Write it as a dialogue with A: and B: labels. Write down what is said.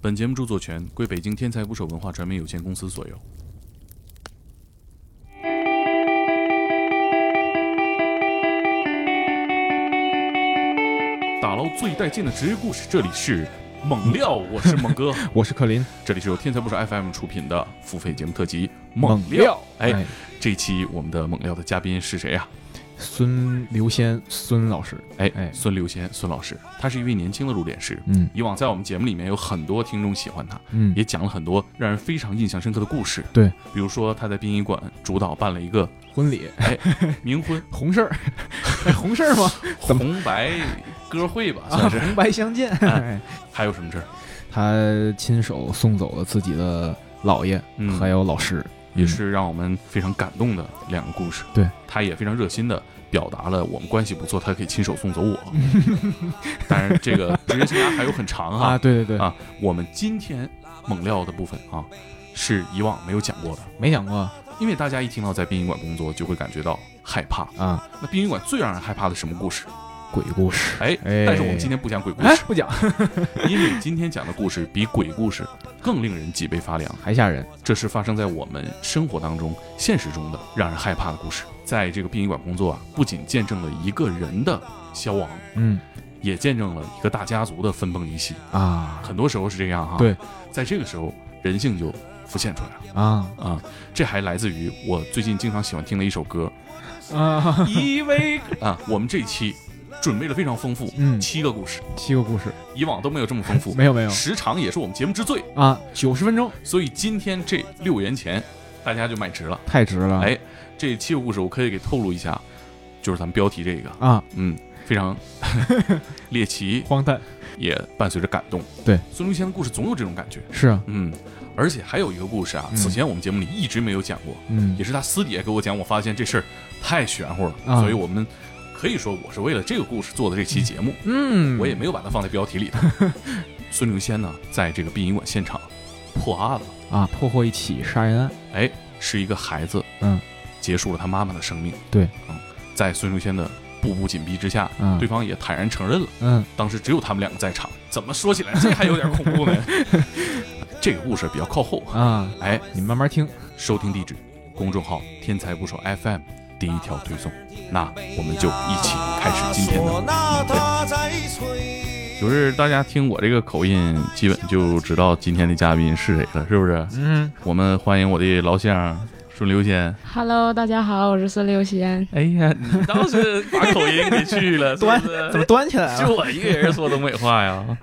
A: 本节目著作权归北京天才捕手文化传媒有限公司所有。打捞最带劲的职业故事，这里是猛料，我是猛 哥，
B: 我是克林，
A: 这里是由天才捕手 FM 出品的付费节目特辑《
B: 猛
A: 猛料》。哎，
B: 哎，
A: 这期我们的猛料的嘉宾是谁啊呀、
B: 孙刘先，孙老师，
A: 哎，
B: 哎
A: 孙刘贤，孙老师，他是一位年轻的入殓师。
B: 嗯
A: 以往在我们节目里面有很多听众喜欢他，
B: 嗯
A: 也讲了很多让人非常印象深刻的故事。
B: 对，
A: 比如说他在殡仪馆主导办了一个
B: 婚礼
A: 冥婚
B: 红事儿，哎红事儿 吗？ 怎么
A: 红白歌会吧，
B: 啊，
A: 算是。
B: 红白相见。哎
A: 还有什么事儿？
B: 他亲手送走了自己的姥爷，
A: 嗯
B: 还有老师，嗯
A: 也是让我们非常感动的两个故事。
B: 对，
A: 他也非常热心的表达了我们关系不错，他可以亲手送走 我。当然，这个职业生涯还有很长
B: 嗯
A: 哈
B: 啊，。对对对，
A: 啊，我们今天猛料的部分啊，是以往没有讲过的，
B: 没讲过
A: 因为大家一听到在殡仪馆工作，就会感觉到害怕。
B: 啊，
A: 那殡仪馆最让人害怕的是什么故事？
B: 鬼故事。
A: 哎，
B: 哎
A: 但是我们今天不讲鬼故
B: 哎
A: 事，，
B: 不讲，
A: 因为今天讲的故事比鬼故事更令人脊背发凉。
B: 还吓人。
A: 这是发生在我们生活当中、现实中的让人害怕的故事。在这个殡仪馆工作啊，不仅见证了一个人的消亡，
B: 嗯
A: 也见证了一个大家族的分崩离析。
B: 啊
A: 很多时候是这样哈、
B: 对，
A: 在这个时候，人性就浮现出来了
B: 啊
A: 啊！这还来自于我最近经常喜欢听的一首 歌
B: 啊，
A: 依偎啊。我们这一期准备了非常丰富，
B: 嗯，
A: 七个故事，
B: 七个故事，
A: 以往都没有这么丰富，
B: 没有没有
A: 时长也是我们节目之最。
B: 啊，九十分钟
A: 所以今天这六元钱，大家就买值了。
B: 太值了。
A: 哎这七个故事我可以给透露一下，就是咱们标题这个，
B: 啊，
A: 嗯，非常猎奇，
B: 荒诞
A: 也伴随着感动。
B: 对，
A: 孙中山的故事总有这种感觉，
B: 是啊，
A: 嗯，而且还有一个故事啊，
B: 嗯
A: 此前我们节目里一直没有讲过，
B: 嗯
A: 也是他私底下给我讲，我发现这事儿太玄乎了，
B: 啊
A: 所以我们可以说我是为了这个故事做的这期节目，
B: 嗯，
A: 我也没有把它放在标题里头。 孙中山呢，在这个殡仪馆现场破案了，
B: 啊，破获一起杀人案。
A: 哎，是一个孩子，
B: 嗯，
A: 结束了他妈妈的生命。
B: 对，
A: 嗯，在孙中山的步步紧逼之下，
B: 嗯，
A: 对，方也坦然承认了，
B: 嗯
A: 当时只有他们两个在场。怎么说起来，这还有点恐怖 呢？这个故事比较靠后。
B: 啊，
A: 哎，
B: 你慢慢听。
A: 收听地址：公众号“天才捕手 FM” 第一条推送。那我们就一起开始今天的
C: 唢呐它在吹。
A: 就是大家听我这个口音，基本就知道今天的嘉宾是谁了，是不是？
B: 嗯，
A: 我们欢迎我的老乡孙刘先。
D: Hello，大家好，我是孙刘贤。
A: 哎呀，你当时把口音给去了，是不是
B: 端起来
A: 就我一个人说东北话呀。